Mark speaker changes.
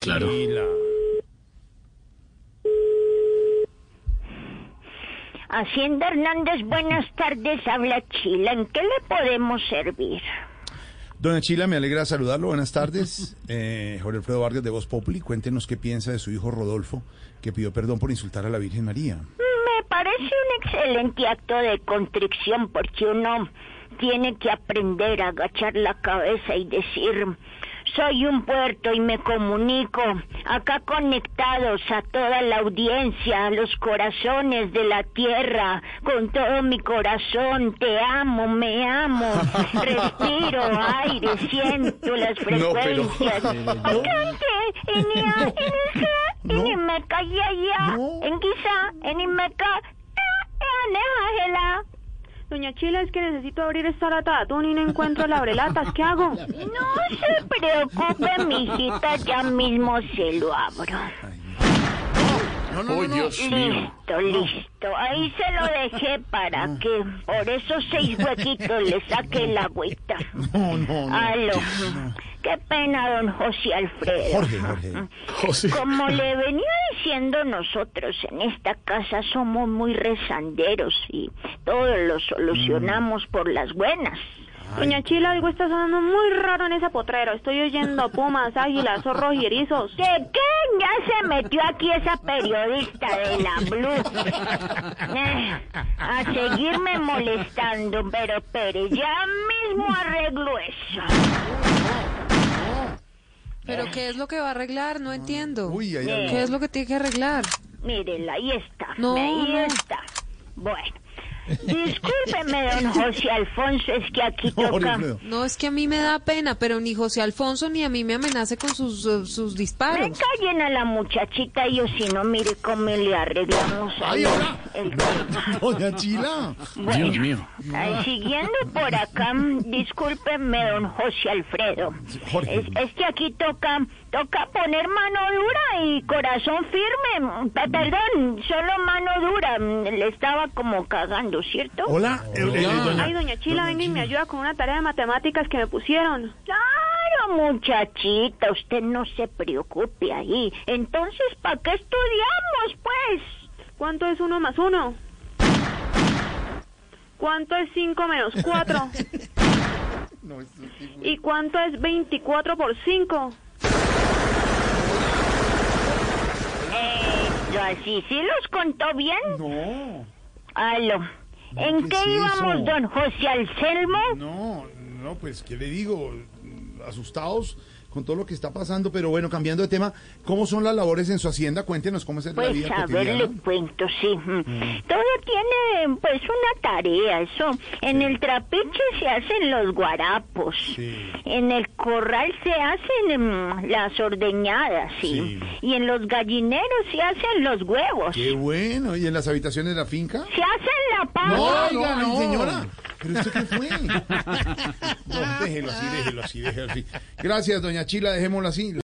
Speaker 1: Claro.
Speaker 2: Mila.
Speaker 3: Hacienda Hernández, buenas tardes. Habla Chila. ¿En qué le podemos servir?
Speaker 2: Doña Chila, me alegra saludarlo. Buenas tardes. Eh, Jorge Alfredo Vargas de Voz Populi, cuéntenos qué piensa de su hijo Rodolfo, que pidió perdón por insultar a la Virgen María.
Speaker 3: Me parece un excelente acto de contrición porque uno tiene que aprender a agachar la cabeza y decir, soy un puerto y me comunico. Acá conectados a toda la audiencia, a los corazones de la tierra, con todo mi corazón, te amo, me amo, respiro, aire, siento las
Speaker 2: pero- pero-
Speaker 3: frecuencias. Cante, en ia,
Speaker 2: No.
Speaker 3: en ja, en
Speaker 2: No.
Speaker 3: imeca, ya, ya,
Speaker 2: No.
Speaker 3: en quizá, en imeca, ta, en ejajela.
Speaker 4: Doña Chila, es que necesito abrir esta lata de atún y no encuentro el abrelatas. ¿Qué hago?
Speaker 3: No se preocupe, mijita, ya mismo se lo abro.
Speaker 2: No, no, no,
Speaker 1: ¡Oh,
Speaker 2: Ah. no.
Speaker 1: Dios mío!
Speaker 3: Listo, listo. Ahí se lo dejé para que por esos seis huequitos le saque la agüita.
Speaker 2: No, no, no.
Speaker 3: Aló. Qué pena, don José Alfredo.
Speaker 2: Jorge, Jorge.
Speaker 1: José.
Speaker 3: Como le venía diciendo nosotros en esta casa somos muy rezanderos y todo lo solucionamos por las buenas.
Speaker 4: Doña Chila, algo está sonando muy raro en ese potrero. Estoy oyendo pumas, águilas, zorros y erizos.
Speaker 3: ¿De qué ya se metió aquí esa periodista de la Blue? Eh, a seguirme molestando, pero Pérez, ya mismo arreglo eso.
Speaker 5: ¿Pero qué es lo que va a arreglar? No entiendo.
Speaker 2: Uy, ahí
Speaker 3: Eh,
Speaker 5: ¿Qué es lo que tiene que arreglar?
Speaker 3: Mírenla, ahí está.
Speaker 5: No,
Speaker 3: ahí
Speaker 5: no.
Speaker 3: está. Bueno. Discúlpeme, don José Alfonso, es que aquí
Speaker 2: No, Jorge
Speaker 3: toca...
Speaker 2: Alfredo.
Speaker 5: No, es que a mí me da pena, pero ni José Alfonso ni a mí me amenace con sus, eh, sus
Speaker 3: Me
Speaker 5: disparos.
Speaker 3: callen a la muchachita y yo si no, mire cómo le arreglamos
Speaker 2: ¡Ay, ahora!
Speaker 3: el
Speaker 2: Doña Chila.
Speaker 1: Dios mío.
Speaker 3: Ah, Siguiendo por acá, mm, discúlpenme, don José Alfredo.
Speaker 2: Jorge.
Speaker 3: Es, es que aquí toca, toca poner mano dura y corazón firme. Mm, pe- Perdón, solo mano dura. Mm, Le estaba como cagando, ¿cierto?
Speaker 2: Hola. eh, eh, doña-
Speaker 4: Ay, doña Chila, venga y me ayuda con una tarea de matemáticas que me pusieron.
Speaker 3: Claro, muchachita, usted no se preocupe ahí. Entonces, ¿para qué estudiamos, pues?
Speaker 4: ¿Cuánto es uno más uno? ¿Cuánto es cinco menos cuatro? ¿Y cuánto es 24 por 5?
Speaker 3: Yo así, ¿sí los contó bien?
Speaker 2: No.
Speaker 3: Aló. ¿En
Speaker 2: ¿qué
Speaker 3: qué
Speaker 2: es eso?
Speaker 3: íbamos, don José Anselmo?
Speaker 2: No, no, pues, ¿qué le digo? Asustados con todo lo que está pasando, pero bueno, cambiando de tema, ¿cómo son las labores en su hacienda? Cuéntenos cómo es la
Speaker 3: Pues
Speaker 2: vida
Speaker 3: a ver, le
Speaker 2: cotidiana. Mm.
Speaker 3: cuento, sí. Todo tiene pues una tarea, eso. En el trapiche se hacen los guarapos.
Speaker 2: Sí.
Speaker 3: En el corral se hacen mm, las ordeñadas,
Speaker 2: Sí.
Speaker 3: sí. Y en los gallineros se hacen los huevos.
Speaker 2: Qué bueno, ¿y en las habitaciones de la finca?
Speaker 3: Se hacen la paja.
Speaker 2: oiga, no, señora. ¿Pero usted qué fue? No, déjelo así, déjelo así, déjelo así. Gracias, doña Chila, dejémoslo así.